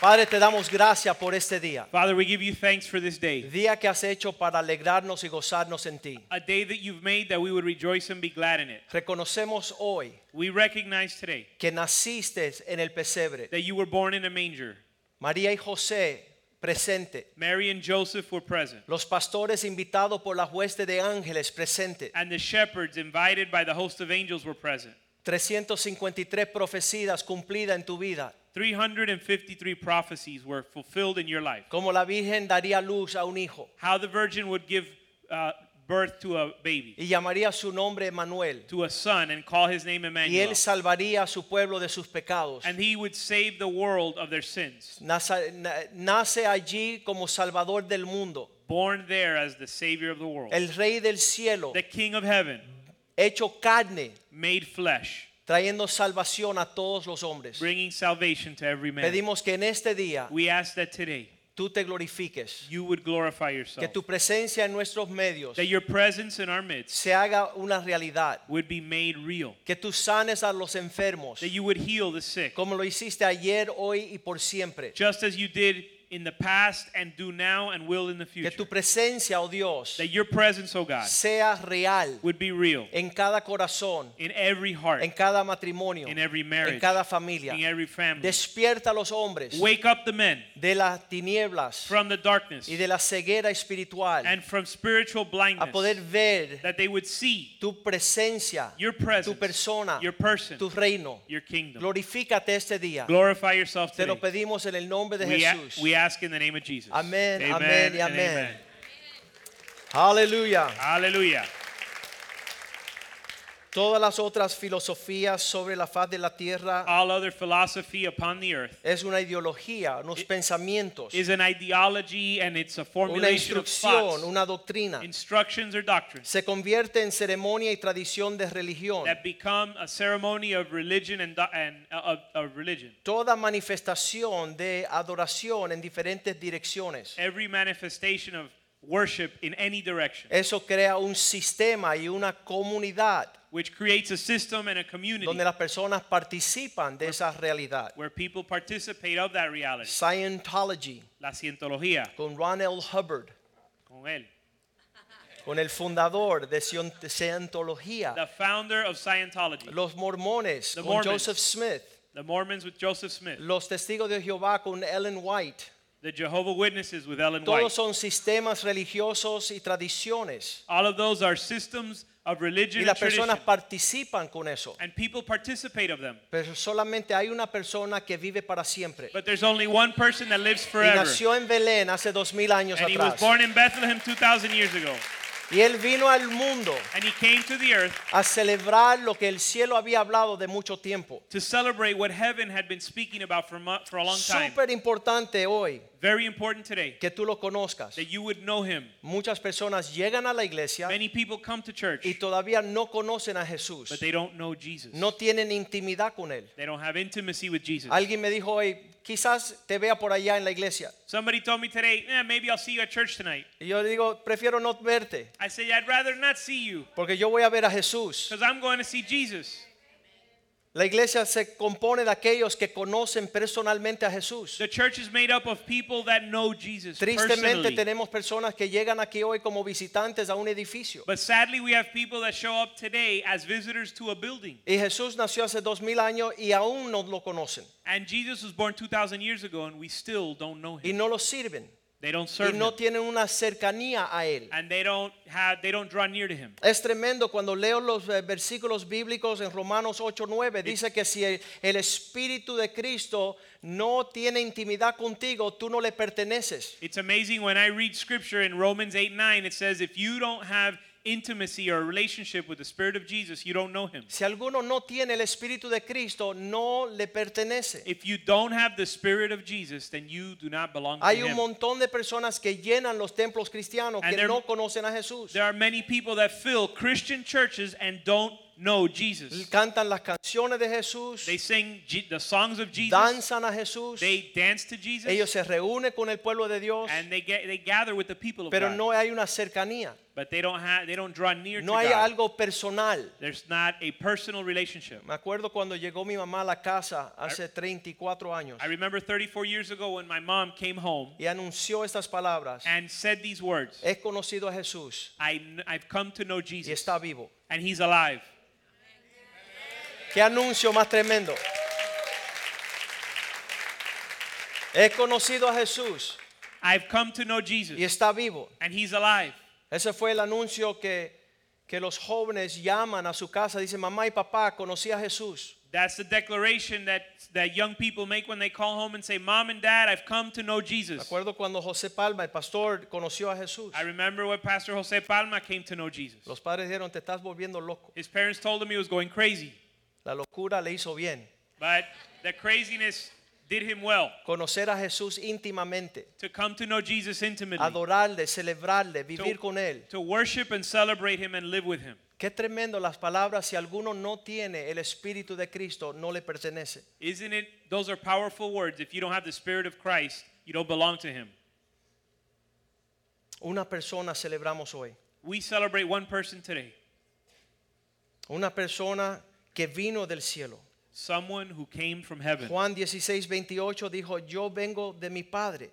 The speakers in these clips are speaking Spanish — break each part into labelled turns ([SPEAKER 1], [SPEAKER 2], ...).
[SPEAKER 1] Padre, te damos gracias por este día,
[SPEAKER 2] Father, we give you thanks for this day,
[SPEAKER 1] día que has hecho para alegrarnos y gozarnos en ti.
[SPEAKER 2] a day that you've made that we would rejoice and be glad in it.
[SPEAKER 1] Reconocemos hoy
[SPEAKER 2] We recognize today
[SPEAKER 1] que naciste en el pesebre.
[SPEAKER 2] that you were born in a manger.
[SPEAKER 1] María y José presente,
[SPEAKER 2] Mary and Joseph were present,
[SPEAKER 1] los pastores invitados por la hueste de ángeles presente,
[SPEAKER 2] and the shepherds invited by the host of angels were present.
[SPEAKER 1] 353 profecías cumplidas en tu vida,
[SPEAKER 2] 353 prophecies were fulfilled in your life.
[SPEAKER 1] como la Virgen daría luz a un hijo
[SPEAKER 2] How the virgin would give uh, birth to a baby,
[SPEAKER 1] y llamaría su nombre Manuel,
[SPEAKER 2] to a son, and call his name
[SPEAKER 1] y
[SPEAKER 2] Emmanuel.
[SPEAKER 1] él salvaría a su pueblo de sus pecados.
[SPEAKER 2] And he would save the world of their sins.
[SPEAKER 1] Naza- na- Nace allí como Salvador del mundo,
[SPEAKER 2] Born there as the Savior of the world,
[SPEAKER 1] el Rey del cielo,
[SPEAKER 2] the King of heaven,
[SPEAKER 1] hecho carne,
[SPEAKER 2] made flesh.
[SPEAKER 1] trayendo salvación a todos los hombres.
[SPEAKER 2] bringing salvation to every man.
[SPEAKER 1] Pedimos que en este día
[SPEAKER 2] We ask that today
[SPEAKER 1] tú te glorifiques,
[SPEAKER 2] you would glorify
[SPEAKER 1] que
[SPEAKER 2] yourself,
[SPEAKER 1] tu presencia en nuestros medios
[SPEAKER 2] that your presence in our midst
[SPEAKER 1] se haga una realidad,
[SPEAKER 2] would be made real,
[SPEAKER 1] que tú sanes a los enfermos,
[SPEAKER 2] that you would heal the sick,
[SPEAKER 1] como lo hiciste ayer, hoy y por siempre.
[SPEAKER 2] just as you did in the past and do now and will in the
[SPEAKER 1] Que
[SPEAKER 2] future.
[SPEAKER 1] tu presencia, oh Dios,
[SPEAKER 2] That your presence, oh God,
[SPEAKER 1] sea real
[SPEAKER 2] would be real
[SPEAKER 1] en cada corazón,
[SPEAKER 2] in every heart,
[SPEAKER 1] en cada matrimonio,
[SPEAKER 2] in every marriage,
[SPEAKER 1] en cada familia.
[SPEAKER 2] in every family.
[SPEAKER 1] Despierta a los hombres
[SPEAKER 2] Wake up the men
[SPEAKER 1] de las tinieblas
[SPEAKER 2] from the darkness
[SPEAKER 1] y de la ceguera
[SPEAKER 2] and
[SPEAKER 1] espiritual
[SPEAKER 2] from spiritual
[SPEAKER 1] a poder
[SPEAKER 2] blindness,
[SPEAKER 1] ver
[SPEAKER 2] that they would see
[SPEAKER 1] tu presencia,
[SPEAKER 2] your
[SPEAKER 1] tu
[SPEAKER 2] presence,
[SPEAKER 1] persona,
[SPEAKER 2] your person,
[SPEAKER 1] tu reino.
[SPEAKER 2] your kingdom.
[SPEAKER 1] Glorifícate este día.
[SPEAKER 2] Glorify yourself
[SPEAKER 1] Te
[SPEAKER 2] today.
[SPEAKER 1] lo pedimos en el nombre de
[SPEAKER 2] We, a-
[SPEAKER 1] Jesús.
[SPEAKER 2] we ask in the name of Jesus.
[SPEAKER 1] Amén,
[SPEAKER 2] Amen,
[SPEAKER 1] amén y
[SPEAKER 2] and
[SPEAKER 1] amén.
[SPEAKER 2] amen.
[SPEAKER 1] Aleluya.
[SPEAKER 2] Hallelujah.
[SPEAKER 1] Todas las otras filosofías sobre la faz de la tierra
[SPEAKER 2] All other philosophy upon the earth
[SPEAKER 1] es una ideología, unos pensamientos,
[SPEAKER 2] is an ideology and it's a
[SPEAKER 1] una
[SPEAKER 2] formulation of
[SPEAKER 1] instrucción,
[SPEAKER 2] thoughts,
[SPEAKER 1] una doctrina.
[SPEAKER 2] instructions or doctrines
[SPEAKER 1] Se convierte en ceremonia y tradición de religión.
[SPEAKER 2] that become a ceremony of religion and, do- and uh, of, of religion.
[SPEAKER 1] Toda manifestación de adoración en diferentes direcciones.
[SPEAKER 2] Every manifestation of worship in any direction,
[SPEAKER 1] Eso crea un sistema y una comunidad
[SPEAKER 2] which creates a system and a community
[SPEAKER 1] donde las personas participan de esa realidad.
[SPEAKER 2] where people participate of that reality.
[SPEAKER 1] Scientology
[SPEAKER 2] La cientología
[SPEAKER 1] con Ron L. Hubbard,
[SPEAKER 2] con él,
[SPEAKER 1] con el fundador de Scion- de Scientología.
[SPEAKER 2] the founder of Scientology,
[SPEAKER 1] los mormones
[SPEAKER 2] The
[SPEAKER 1] con
[SPEAKER 2] Mormons.
[SPEAKER 1] Joseph Smith,
[SPEAKER 2] the Mormons with Joseph Smith.
[SPEAKER 1] los testigos de Jehová con Ellen White.
[SPEAKER 2] The Jehovah Witnesses with Ellen
[SPEAKER 1] Todos
[SPEAKER 2] White.
[SPEAKER 1] son sistemas religiosos y tradiciones
[SPEAKER 2] All of those are systems of
[SPEAKER 1] y
[SPEAKER 2] religion
[SPEAKER 1] las
[SPEAKER 2] and tradition,
[SPEAKER 1] personas participan con eso.
[SPEAKER 2] and people participate of them.
[SPEAKER 1] Pero solamente hay una persona que vive para siempre.
[SPEAKER 2] But there's only one person that lives
[SPEAKER 1] Y
[SPEAKER 2] forever,
[SPEAKER 1] nació en Belén hace dos mil años
[SPEAKER 2] and he was
[SPEAKER 1] atrás.
[SPEAKER 2] born in Bethlehem 2,000 years ago,
[SPEAKER 1] Y él vino al mundo
[SPEAKER 2] and he came to the earth
[SPEAKER 1] a celebrar lo que el cielo había hablado de mucho tiempo.
[SPEAKER 2] to celebrate what heaven had been speaking about for, mu- for a long time.
[SPEAKER 1] Súper importante hoy
[SPEAKER 2] Very important today
[SPEAKER 1] que tú lo conozcas.
[SPEAKER 2] that you would know him.
[SPEAKER 1] Muchas personas llegan a la iglesia
[SPEAKER 2] Many people come to church,
[SPEAKER 1] y todavía no conocen a Jesús.
[SPEAKER 2] but they don't know Jesus.
[SPEAKER 1] no tienen intimidad con él.
[SPEAKER 2] They don't have intimacy with Jesus.
[SPEAKER 1] Alguien me dijo hoy, quizás te vea por allá en la iglesia.
[SPEAKER 2] Somebody told me today, eh, maybe I'll see you at church tonight.
[SPEAKER 1] Y yo le digo, prefiero no verte,
[SPEAKER 2] I said, I'd rather not see you
[SPEAKER 1] porque yo voy a ver a Jesús.
[SPEAKER 2] because I'm going to see Jesus.
[SPEAKER 1] La iglesia se compone de aquellos que conocen personalmente a Jesús.
[SPEAKER 2] The church is made up of people that know Jesus
[SPEAKER 1] Tristemente
[SPEAKER 2] personally.
[SPEAKER 1] tenemos personas que llegan aquí hoy como visitantes a un edificio.
[SPEAKER 2] But sadly, we have people that show up today as visitors to a building.
[SPEAKER 1] Y Jesús nació hace dos mil años y aún no lo conocen.
[SPEAKER 2] And Jesus was born 2,000 years ago, and we still don't know
[SPEAKER 1] Y
[SPEAKER 2] him.
[SPEAKER 1] no lo sirven.
[SPEAKER 2] They don't
[SPEAKER 1] Y
[SPEAKER 2] serve
[SPEAKER 1] no
[SPEAKER 2] him,
[SPEAKER 1] tienen una cercanía a Él.
[SPEAKER 2] and they don't have. They don't draw near to him.
[SPEAKER 1] Es tremendo cuando leo los eh, versículos bíblicos en Romanos 8:9 dice que si el, el espíritu de Cristo no tiene intimidad contigo, tú no le perteneces.
[SPEAKER 2] It's amazing when I read scripture in Romans 8 9, it says, If you don't have intimacy or a relationship with the Spirit of Jesus, you don't know Him.
[SPEAKER 1] Si alguno no tiene el Espíritu de Cristo, no le pertenece.
[SPEAKER 2] If you don't have the Spirit of Jesus, then you do not belong to
[SPEAKER 1] Hay un
[SPEAKER 2] Him.
[SPEAKER 1] montón de personas que llenan los templos cristianos
[SPEAKER 2] And
[SPEAKER 1] que
[SPEAKER 2] there-
[SPEAKER 1] no conocen a Jesús.
[SPEAKER 2] There are many people that fill Christian churches and don't know Jesus.
[SPEAKER 1] Cantan las canciones de Jesús,
[SPEAKER 2] They sing Je- the songs of Jesus.
[SPEAKER 1] danzan a Jesús,
[SPEAKER 2] They dance to Jesus.
[SPEAKER 1] ellos se reúnen con el pueblo de Dios,
[SPEAKER 2] and they get they gather with the people of
[SPEAKER 1] pero
[SPEAKER 2] God.
[SPEAKER 1] no hay una cercanía,
[SPEAKER 2] but they don't have they don't draw near
[SPEAKER 1] no
[SPEAKER 2] to
[SPEAKER 1] hay
[SPEAKER 2] God.
[SPEAKER 1] algo personal.
[SPEAKER 2] There's not a personal relationship.
[SPEAKER 1] Me acuerdo cuando llegó mi mamá a la casa hace 34 años
[SPEAKER 2] I remember 34 years ago when my mom came home
[SPEAKER 1] y anunció estas palabras.
[SPEAKER 2] and said these words.
[SPEAKER 1] He conocido a Jesús
[SPEAKER 2] I kn- I've come to know
[SPEAKER 1] y
[SPEAKER 2] Jesus
[SPEAKER 1] está vivo.
[SPEAKER 2] and he's alive.
[SPEAKER 1] Qué anuncio más tremendo. He conocido a Jesús
[SPEAKER 2] I've come to know
[SPEAKER 1] y
[SPEAKER 2] Jesus
[SPEAKER 1] está vivo.
[SPEAKER 2] and he's alive.
[SPEAKER 1] Ese fue el anuncio que, que los jóvenes llaman a su casa. Dicen, mamá y papá, conocí a Jesús.
[SPEAKER 2] That's the declaration that that young people make when they call home and say, "Mom and Dad, I've come to know
[SPEAKER 1] Me
[SPEAKER 2] Jesus."
[SPEAKER 1] acuerdo cuando José Palma, el pastor, conoció a Jesús.
[SPEAKER 2] I remember when Pastor Jose Palma came to know Jesus.
[SPEAKER 1] Los padres dijeron, te estás volviendo loco.
[SPEAKER 2] His parents told him he was going crazy,
[SPEAKER 1] La locura le hizo bien.
[SPEAKER 2] but the craziness did him well
[SPEAKER 1] Conocer a Jesús íntimamente,
[SPEAKER 2] to come to know Jesus intimately.
[SPEAKER 1] adorarle, celebrarle, vivir
[SPEAKER 2] to,
[SPEAKER 1] con él.
[SPEAKER 2] to worship and celebrate him and live with him.
[SPEAKER 1] Qué tremendo las palabras, si alguno no tiene el Espíritu de Cristo, no le pertenece.
[SPEAKER 2] Isn't it? Those are powerful words. If you don't have the Spirit of Christ, you don't belong to him.
[SPEAKER 1] Una persona celebramos hoy.
[SPEAKER 2] We celebrate one person today
[SPEAKER 1] Una persona que vino del cielo.
[SPEAKER 2] someone who came from heaven.
[SPEAKER 1] Juan 16, 28 dijo, yo vengo de mi Padre.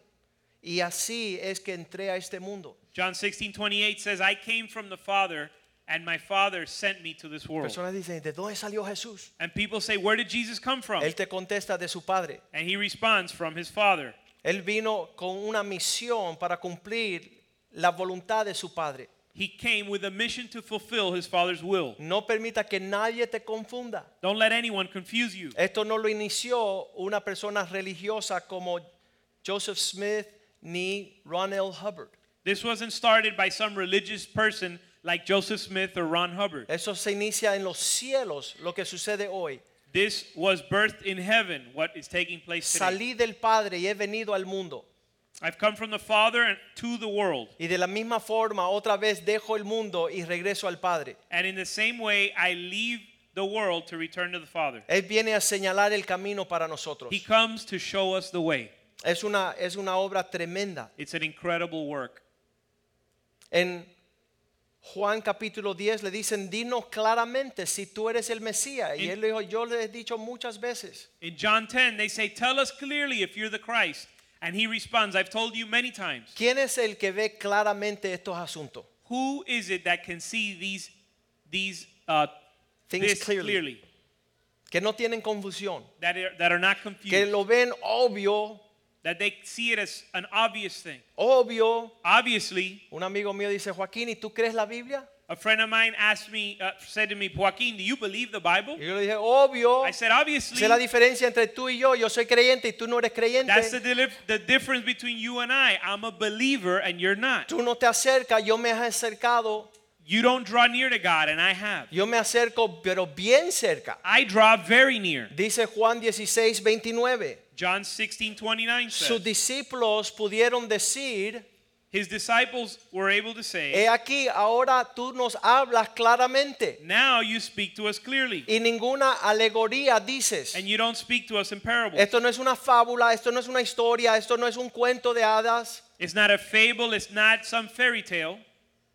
[SPEAKER 1] Y así es que entré a este mundo.
[SPEAKER 2] John 16 28 says, I came from the Father, and my Father sent me to this world.
[SPEAKER 1] Personas dicen, ¿de dónde salió Jesús?
[SPEAKER 2] And people say, Where did Jesus come from?
[SPEAKER 1] Él te contesta de su Padre.
[SPEAKER 2] And he responds, From his Father.
[SPEAKER 1] Él vino con una misión para cumplir la voluntad de su Padre.
[SPEAKER 2] He came with a mission to fulfill his Father's will.
[SPEAKER 1] No permita que nadie te confunda.
[SPEAKER 2] Don't let anyone confuse you.
[SPEAKER 1] Esto no lo inició una persona religiosa como Joseph Smith ni Ron L. Hubbard.
[SPEAKER 2] This wasn't started by some religious person like Joseph Smith or Ron Hubbard.
[SPEAKER 1] Eso se inicia en los cielos, lo que sucede hoy.
[SPEAKER 2] This was birthed in heaven, what is taking place today.
[SPEAKER 1] Salí del Padre y he venido al mundo.
[SPEAKER 2] I've come from the Father and to the world.
[SPEAKER 1] Y de la misma forma, otra vez dejo el mundo y regreso al Padre.
[SPEAKER 2] And in the same way, I leave the world to return to the Father.
[SPEAKER 1] Él viene a señalar el camino para nosotros.
[SPEAKER 2] He comes to show us the way.
[SPEAKER 1] Es una, es una obra tremenda.
[SPEAKER 2] It's an incredible work.
[SPEAKER 1] En Juan capítulo 10 le dicen, dinos claramente si tú eres el Mesías. Y
[SPEAKER 2] En-
[SPEAKER 1] él dijo, yo le he dicho muchas veces.
[SPEAKER 2] In John 10, they say, Tell us clearly if you're the Christ. And he responds, I've told you many times.
[SPEAKER 1] ¿Quién es el que ve claramente estos asuntos?
[SPEAKER 2] Who is it that can see these, these uh,
[SPEAKER 1] Things
[SPEAKER 2] this
[SPEAKER 1] clearly. Que no tienen confusión.
[SPEAKER 2] that, are, that are not confused?
[SPEAKER 1] Que lo ven obvio,
[SPEAKER 2] that they see it as an obvious thing.
[SPEAKER 1] obvio.
[SPEAKER 2] Obviously,
[SPEAKER 1] Un amigo mío dice, Joaquín, ¿y tú crees la Biblia?
[SPEAKER 2] a friend of mine asked me, uh, said to me, Joaquin, do you believe the Bible?
[SPEAKER 1] Y yo le dije, obvio.
[SPEAKER 2] I said, obviously.
[SPEAKER 1] Sé la diferencia entre tú y yo. Yo soy creyente y tú no eres
[SPEAKER 2] That's the,
[SPEAKER 1] creyente.
[SPEAKER 2] deli- the difference between you and I. I'm a believer and you're not.
[SPEAKER 1] Tú no te acercas, yo me he acercado.
[SPEAKER 2] You don't draw near to God and I have.
[SPEAKER 1] Yo me acerco, pero bien cerca.
[SPEAKER 2] I draw very near.
[SPEAKER 1] Dice Juan 16, 29.
[SPEAKER 2] John 16, 29
[SPEAKER 1] Sus
[SPEAKER 2] says,
[SPEAKER 1] discípulos pudieron decir,
[SPEAKER 2] His disciples were able to say,
[SPEAKER 1] he aquí, ahora tú nos hablas claramente.
[SPEAKER 2] Now you speak to us clearly
[SPEAKER 1] Y ninguna alegoría dices.
[SPEAKER 2] and you don't speak to us in parables.
[SPEAKER 1] Esto no es una fábula, esto no es una historia, esto no es un cuento de hadas.
[SPEAKER 2] It's not a fable, it's not some fairy tale.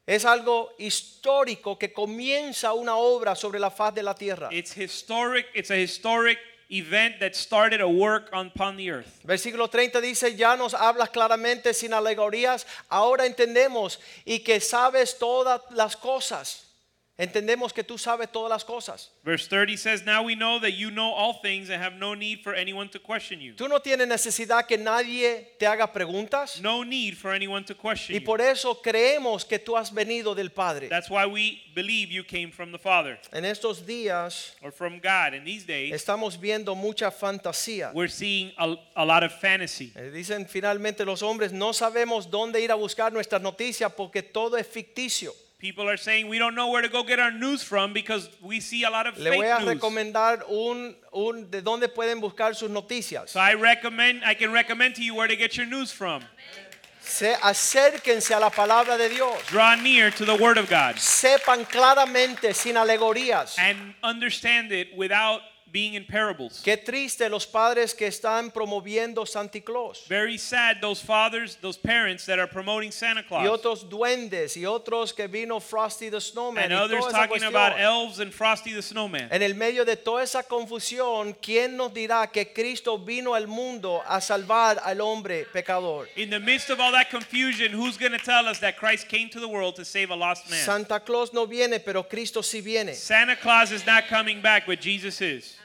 [SPEAKER 1] Es algo histórico que comienza una obra sobre la faz de la tierra.
[SPEAKER 2] It's historic. It's a historic event that started a work upon the earth.
[SPEAKER 1] Versículo 30 dice, ya nos hablas claramente sin alegorías, ahora entendemos y que sabes todas las cosas. Entendemos que tú sabes todas las cosas.
[SPEAKER 2] Verse 30 says, Now we know that you know all things and have no need for anyone to question you.
[SPEAKER 1] Tú no tienes necesidad que nadie te haga preguntas
[SPEAKER 2] No need for anyone to question
[SPEAKER 1] y
[SPEAKER 2] you.
[SPEAKER 1] por eso creemos que tú has venido del Padre.
[SPEAKER 2] That's why we believe you came from the Father
[SPEAKER 1] En estos días
[SPEAKER 2] or from God. In these days,
[SPEAKER 1] estamos viendo mucha fantasía.
[SPEAKER 2] we're seeing a, a lot of fantasy.
[SPEAKER 1] Eh, Dicen finalmente los hombres, no sabemos dónde ir a buscar nuestras noticias porque todo es ficticio.
[SPEAKER 2] People are saying we don't know where to go get our news from because we see a lot of
[SPEAKER 1] Le
[SPEAKER 2] fake
[SPEAKER 1] voy a
[SPEAKER 2] news.
[SPEAKER 1] recomendar un, un de dónde pueden buscar sus noticias.
[SPEAKER 2] So I recommend I can recommend to you where to get your news from.
[SPEAKER 1] Se acérquense a la palabra de Dios.
[SPEAKER 2] Draw near to the word of God
[SPEAKER 1] Sepan claramente, sin alegorías.
[SPEAKER 2] and understand it without being in parables.
[SPEAKER 1] Qué triste los padres que están promoviendo Santa Claus
[SPEAKER 2] Very sad those fathers, those parents that are promoting Santa
[SPEAKER 1] y
[SPEAKER 2] Claus
[SPEAKER 1] otros duendes y otros que vino Frosty the Snowman
[SPEAKER 2] and
[SPEAKER 1] y
[SPEAKER 2] others
[SPEAKER 1] toda esa
[SPEAKER 2] talking about
[SPEAKER 1] cuestión.
[SPEAKER 2] elves and Frosty the Snowman.
[SPEAKER 1] En el medio de toda esa confusión, ¿quién nos dirá que Cristo vino al mundo a salvar al hombre pecador?
[SPEAKER 2] In the midst of all that confusion, who's going to tell us that Christ came to the world to save a lost man?
[SPEAKER 1] Santa Claus no viene, pero Cristo sí viene.
[SPEAKER 2] Santa Claus is not coming back, but Jesus is.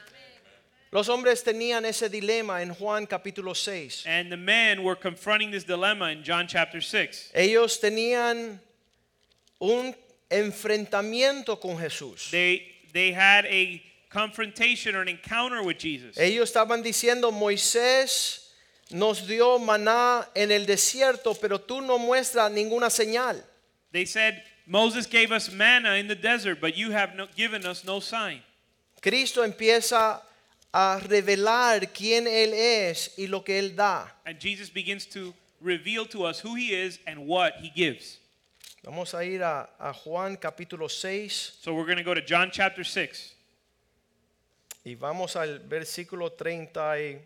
[SPEAKER 1] Los hombres tenían ese dilema en Juan capítulo 6.
[SPEAKER 2] And the men were confronting this dilemma in John chapter 6.
[SPEAKER 1] Ellos tenían un enfrentamiento con Jesús.
[SPEAKER 2] They they had a confrontation or an encounter with Jesus.
[SPEAKER 1] Ellos estaban diciendo, Moisés nos dio maná en el desierto, pero tú no muestras ninguna señal.
[SPEAKER 2] They said, "Moses gave us manna in the desert, but you have no, given us no sign."
[SPEAKER 1] Cristo empieza a revelar quién Él es y lo que Él da.
[SPEAKER 2] And Jesus begins to reveal to us who he is and what he gives.
[SPEAKER 1] Vamos a ir a, a Juan capítulo 6
[SPEAKER 2] So we're going to go to John chapter 6.
[SPEAKER 1] y vamos al versículo 30. y-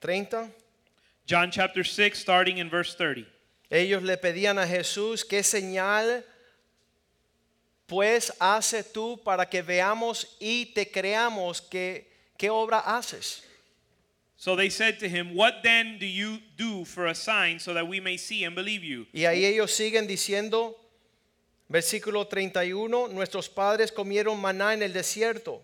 [SPEAKER 1] 30.
[SPEAKER 2] John chapter 6 starting in verse 30.
[SPEAKER 1] Ellos le pedían a Jesús, ¿qué señal pues hace tú para que veamos y te creamos que qué obra haces?
[SPEAKER 2] So they said to him, What then do you do for a sign so that we may see and believe you?
[SPEAKER 1] Y ahí ellos siguen diciendo, versículo 31, nuestros padres comieron maná en el desierto,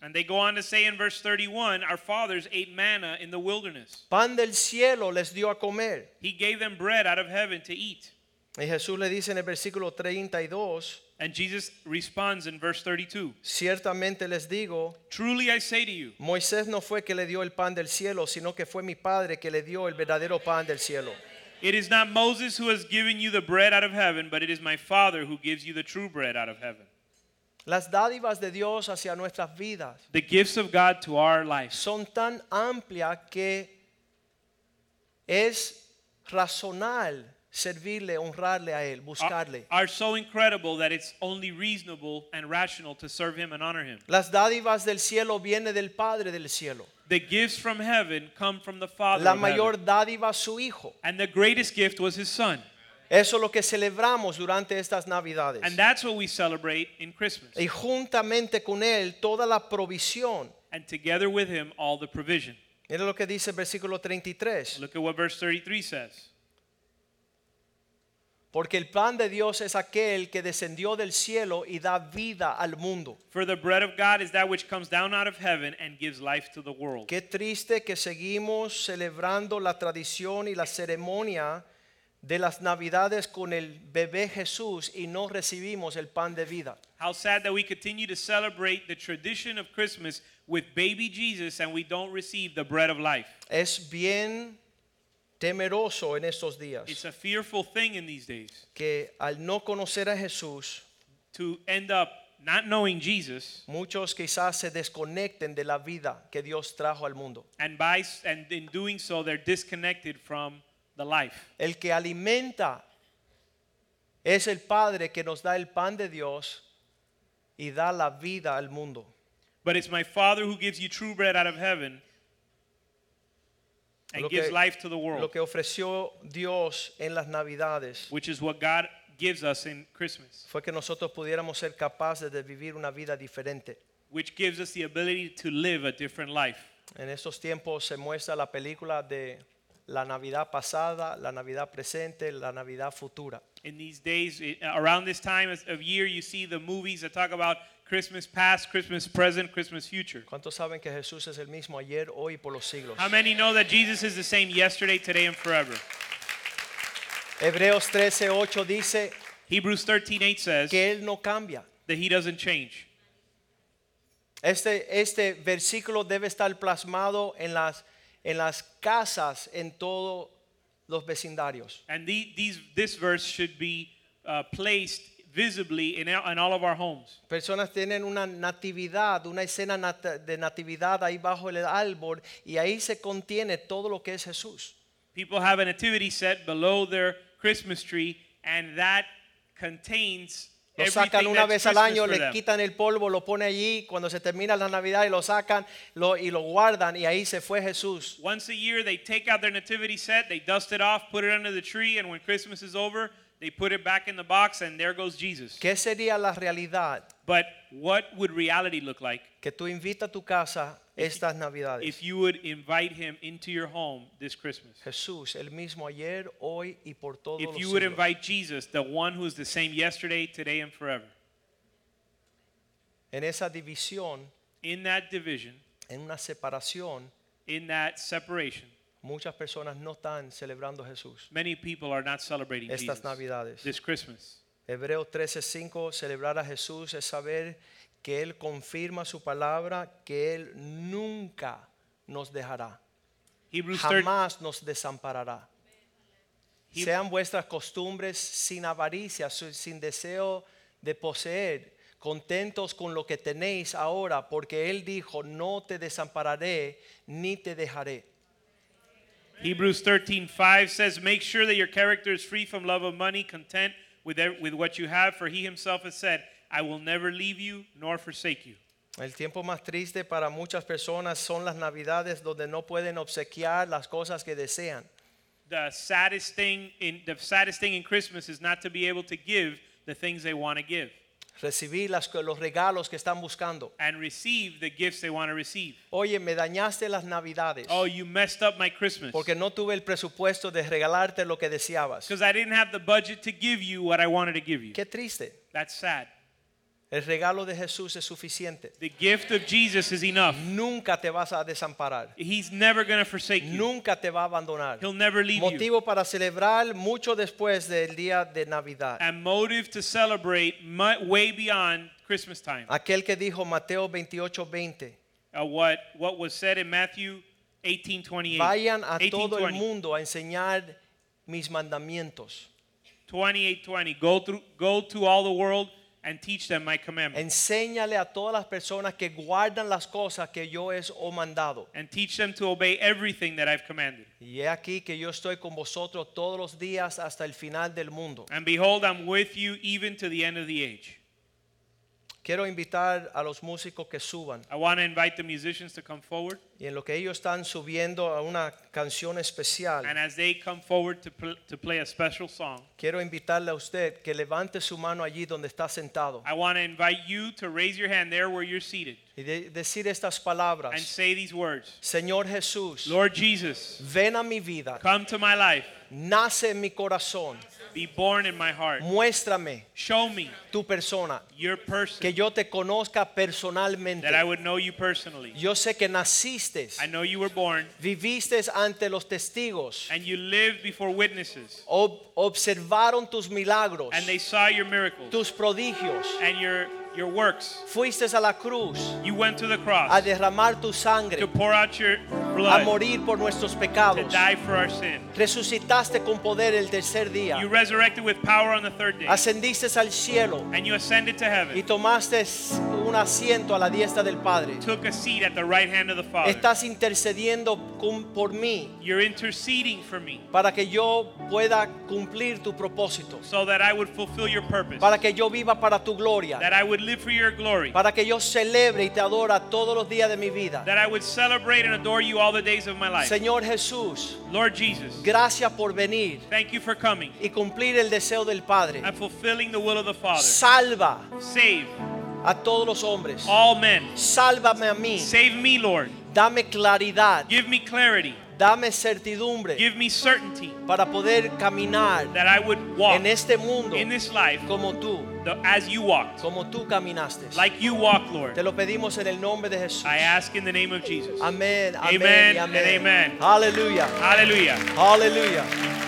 [SPEAKER 2] And they go on to say in verse 31, Our fathers ate manna in the wilderness.
[SPEAKER 1] pan del cielo les dio a comer.
[SPEAKER 2] He gave them bread out of heaven to eat.
[SPEAKER 1] Y Jesús le dice en el versículo 32,
[SPEAKER 2] And Jesus responds in verse 32,
[SPEAKER 1] ciertamente les digo,
[SPEAKER 2] Truly I say to you,
[SPEAKER 1] Moisés no fue que le dio el pan del cielo, sino que fue mi Padre que le dio el verdadero pan del cielo.
[SPEAKER 2] it is not Moses who has given you the bread out of heaven, but it is my Father who gives you the true bread out of heaven.
[SPEAKER 1] Las dádivas de Dios hacia nuestras vidas
[SPEAKER 2] The gifts of God to our lives
[SPEAKER 1] son tan amplias que es razonal servirle, honrarle a Él,
[SPEAKER 2] are,
[SPEAKER 1] buscarle.
[SPEAKER 2] are so incredible that it's only reasonable and rational to serve Him and honor Him.
[SPEAKER 1] Las dádivas del cielo vienen del Padre del cielo.
[SPEAKER 2] The gifts from heaven come from the Father.
[SPEAKER 1] La
[SPEAKER 2] of heaven.
[SPEAKER 1] mayor dádiva su Hijo.
[SPEAKER 2] And the greatest gift was his son.
[SPEAKER 1] Eso es lo que celebramos durante estas Navidades.
[SPEAKER 2] And that's what we celebrate in Christmas.
[SPEAKER 1] Y juntamente con Él toda la provisión.
[SPEAKER 2] And together with him, all the provision.
[SPEAKER 1] Mira lo que dice el versículo 33.
[SPEAKER 2] Look at what verse 33 says.
[SPEAKER 1] Porque el plan de Dios es aquel que descendió del cielo y da vida al mundo.
[SPEAKER 2] For the bread of God is that which comes down out of heaven and gives life to the world.
[SPEAKER 1] Qué triste que seguimos celebrando la tradición y la ceremonia de las navidades con el bebé Jesús y no recibimos el pan de vida.
[SPEAKER 2] How sad that we continue to celebrate the tradition of Christmas with baby Jesus and we don't receive the bread of life.
[SPEAKER 1] Es bien temeroso en estos días
[SPEAKER 2] It's a fearful thing in these days
[SPEAKER 1] que al no conocer a Jesús,
[SPEAKER 2] to end up not knowing Jesus
[SPEAKER 1] muchos quizás se desconecten de la vida que Dios trajo al mundo.
[SPEAKER 2] and by and in doing so they're disconnected from the life.
[SPEAKER 1] El que alimenta es el Padre que nos da el pan de Dios y da la vida al mundo.
[SPEAKER 2] But it's my Father who gives you true bread out of heaven and
[SPEAKER 1] Lo
[SPEAKER 2] gives
[SPEAKER 1] que-
[SPEAKER 2] life to the world,
[SPEAKER 1] Lo que ofreció Dios en las Navidades
[SPEAKER 2] which is what God gives us in Christmas,
[SPEAKER 1] fue que nosotros pudiéramos ser capaces de vivir una vida diferente.
[SPEAKER 2] which gives us the ability to live a different life.
[SPEAKER 1] En estos tiempos se muestra la película de la Navidad pasada, la Navidad presente, la Navidad futura.
[SPEAKER 2] In these days, i- around this time of- of year, you see the movies that talk about Christmas past, Christmas present, Christmas future.
[SPEAKER 1] ¿Cuántos saben que Jesús es el mismo ayer, hoy y por los siglos?
[SPEAKER 2] How many know that Jesus is the same yesterday, today, and forever?
[SPEAKER 1] Hebreos 13, 8 dice
[SPEAKER 2] Hebrews 13:8 says
[SPEAKER 1] que Él no cambia.
[SPEAKER 2] that He doesn't change.
[SPEAKER 1] Este, este versículo debe estar plasmado en las, en las casas en todo los vecindarios.
[SPEAKER 2] And the, these, this verse should be uh, placed visibly in, our- in all of our homes.
[SPEAKER 1] Personas tienen una natividad, una escena nat- de natividad ahí bajo el árbol y ahí se contiene todo lo que es Jesús.
[SPEAKER 2] People have a nativity set below their Christmas tree, and that contains
[SPEAKER 1] Lo sacan
[SPEAKER 2] everything
[SPEAKER 1] una
[SPEAKER 2] that's
[SPEAKER 1] vez al
[SPEAKER 2] Christmas
[SPEAKER 1] año,
[SPEAKER 2] for
[SPEAKER 1] le
[SPEAKER 2] them.
[SPEAKER 1] quitan el polvo, lo pone allí, cuando se termina la Navidad y lo sacan lo- y lo guardan y ahí se fue Jesús.
[SPEAKER 2] Once a year, they take out their nativity set, they dust it off, put it under the tree, and when Christmas is over, they put it back in the box, and there goes Jesus.
[SPEAKER 1] ¿Qué sería la realidad
[SPEAKER 2] But what would reality look like
[SPEAKER 1] que tú invitas a tu casa estas Navidades?
[SPEAKER 2] if you would invite him into your home this Christmas?
[SPEAKER 1] Jesús, el mismo ayer, hoy y por todos los
[SPEAKER 2] If you would
[SPEAKER 1] siglos.
[SPEAKER 2] invite Jesus, the one who is the same yesterday, today, and forever,
[SPEAKER 1] En esa división,
[SPEAKER 2] in that division,
[SPEAKER 1] en una separación,
[SPEAKER 2] in that separation,
[SPEAKER 1] muchas personas no están celebrando a Jesús.
[SPEAKER 2] many people are not celebrating
[SPEAKER 1] Estas
[SPEAKER 2] Jesus
[SPEAKER 1] Navidades.
[SPEAKER 2] this Christmas.
[SPEAKER 1] Hebreos 13:5, celebrar a Jesús es saber que Él confirma su palabra, que Él nunca nos dejará,
[SPEAKER 2] Hebrews 13,
[SPEAKER 1] jamás nos desamparará. Sean vuestras costumbres sin avaricia, su- sin deseo de poseer, contentos con lo que tenéis ahora, porque Él dijo, no te desampararé ni te dejaré.
[SPEAKER 2] Hebrews 13:5 says, "Make sure that your character is free from love of money, content with ev- with what you have, for he himself has said, I will never leave you nor forsake you."
[SPEAKER 1] El tiempo más triste para muchas personas son las navidades donde no pueden obsequiar las cosas que desean.
[SPEAKER 2] The saddest thing in the saddest thing in Christmas is not to be able to give the things they want to give
[SPEAKER 1] recibir las- los regalos que están buscando.
[SPEAKER 2] and receive the gifts they want to receive.
[SPEAKER 1] Oye, me dañaste las navidades
[SPEAKER 2] Oh, you messed up my Christmas
[SPEAKER 1] porque no tuve el presupuesto de regalarte lo que deseabas.
[SPEAKER 2] because I didn't have the budget to give you what I wanted to give you.
[SPEAKER 1] Qué triste.
[SPEAKER 2] That's sad.
[SPEAKER 1] El regalo de Jesús es suficiente.
[SPEAKER 2] The gift of Jesus is enough.
[SPEAKER 1] Nunca te vas a desamparar.
[SPEAKER 2] He's never going to forsake you.
[SPEAKER 1] Nunca te va a abandonar.
[SPEAKER 2] He'll never leave you.
[SPEAKER 1] Motivo para celebrar mucho después del día de Navidad.
[SPEAKER 2] and motive to celebrate mu- way beyond Christmas time.
[SPEAKER 1] Aquel que dijo Mateo 28, 20.
[SPEAKER 2] Uh, what what was said in Matthew 18:28.
[SPEAKER 1] Vayan a todo el
[SPEAKER 2] 18:20.
[SPEAKER 1] mundo a enseñar mis mandamientos.
[SPEAKER 2] 28:20. Go through go to all the world and teach them my commandments.
[SPEAKER 1] Enséñale a todas las personas que guardan las cosas que yo os he oh, mandado.
[SPEAKER 2] And teach them to obey everything that I've commanded.
[SPEAKER 1] Y he aquí que yo estoy con vosotros todos los días hasta el final del mundo.
[SPEAKER 2] And behold, I'm with you even to the end of the age.
[SPEAKER 1] Quiero invitar a los músicos que suban.
[SPEAKER 2] I want to invite the musicians to come forward.
[SPEAKER 1] Y en lo que ellos están subiendo a una canción
[SPEAKER 2] And
[SPEAKER 1] especial,
[SPEAKER 2] as they come forward to, pl- to play a special song,
[SPEAKER 1] quiero invitarle a usted que levante su mano allí donde está sentado
[SPEAKER 2] I want to invite you to raise your hand there where you're seated
[SPEAKER 1] y de- decir estas
[SPEAKER 2] and
[SPEAKER 1] palabras.
[SPEAKER 2] say these words
[SPEAKER 1] Señor Jesús,
[SPEAKER 2] Lord Jesus,
[SPEAKER 1] ven a mi vida,
[SPEAKER 2] Come to my life.
[SPEAKER 1] nace en mi corazón,
[SPEAKER 2] Be born in my heart.
[SPEAKER 1] muéstrame
[SPEAKER 2] Show me
[SPEAKER 1] tu persona,
[SPEAKER 2] your
[SPEAKER 1] que
[SPEAKER 2] person
[SPEAKER 1] yo te conozca personalmente.
[SPEAKER 2] that I would know you personally.
[SPEAKER 1] Yo sé que naciste,
[SPEAKER 2] I know you were born
[SPEAKER 1] viviste ante los testigos.
[SPEAKER 2] and you lived before witnesses
[SPEAKER 1] Ob- observaron tus milagros,
[SPEAKER 2] and they saw your miracles
[SPEAKER 1] tus prodigios.
[SPEAKER 2] and your your works.
[SPEAKER 1] Fuiste a la cruz
[SPEAKER 2] You went to the
[SPEAKER 1] a
[SPEAKER 2] cross
[SPEAKER 1] derramar tu
[SPEAKER 2] to
[SPEAKER 1] sangre,
[SPEAKER 2] pour out your
[SPEAKER 1] a
[SPEAKER 2] blood
[SPEAKER 1] morir por nuestros
[SPEAKER 2] to
[SPEAKER 1] pecados.
[SPEAKER 2] die for our sin.
[SPEAKER 1] Resucitaste con poder el tercer día.
[SPEAKER 2] You resurrected with power on the third day
[SPEAKER 1] Ascendiste al cielo
[SPEAKER 2] and you ascended to
[SPEAKER 1] y
[SPEAKER 2] heaven.
[SPEAKER 1] tomaste un asiento a la diestra del Padre.
[SPEAKER 2] Took a seat at the right hand of the Father.
[SPEAKER 1] Estás intercediendo con- por mí
[SPEAKER 2] You're interceding for me
[SPEAKER 1] para que yo pueda cumplir tu propósito,
[SPEAKER 2] so that I would fulfill your purpose.
[SPEAKER 1] para que yo viva para tu gloria.
[SPEAKER 2] That I would live for your glory.
[SPEAKER 1] para que yo celebre y te adora todos los días de mi vida.
[SPEAKER 2] that I would celebrate and adore you all the days of my life.
[SPEAKER 1] Señor Jesús,
[SPEAKER 2] Lord Jesus,
[SPEAKER 1] gracias por venir
[SPEAKER 2] thank you for coming
[SPEAKER 1] y cumplir el deseo del Padre.
[SPEAKER 2] and fulfilling the will of the Father.
[SPEAKER 1] Salva
[SPEAKER 2] Save
[SPEAKER 1] a todos los hombres.
[SPEAKER 2] all men.
[SPEAKER 1] Sálvame a mí.
[SPEAKER 2] Save me, Lord.
[SPEAKER 1] Dame claridad,
[SPEAKER 2] Give me clarity.
[SPEAKER 1] dame certidumbre
[SPEAKER 2] Give me certainty
[SPEAKER 1] para poder caminar
[SPEAKER 2] that I would walk
[SPEAKER 1] en este mundo
[SPEAKER 2] in this life
[SPEAKER 1] como tú,
[SPEAKER 2] the- as you walked,
[SPEAKER 1] como tú caminaste.
[SPEAKER 2] like you walked,
[SPEAKER 1] Te
[SPEAKER 2] Lord.
[SPEAKER 1] lo pedimos en el nombre de Jesús.
[SPEAKER 2] I ask in the name of Jesus.
[SPEAKER 1] Amén,
[SPEAKER 2] Amen
[SPEAKER 1] amén, y
[SPEAKER 2] and
[SPEAKER 1] amén.
[SPEAKER 2] amen.
[SPEAKER 1] Aleluya,
[SPEAKER 2] Hallelujah.
[SPEAKER 1] aleluya.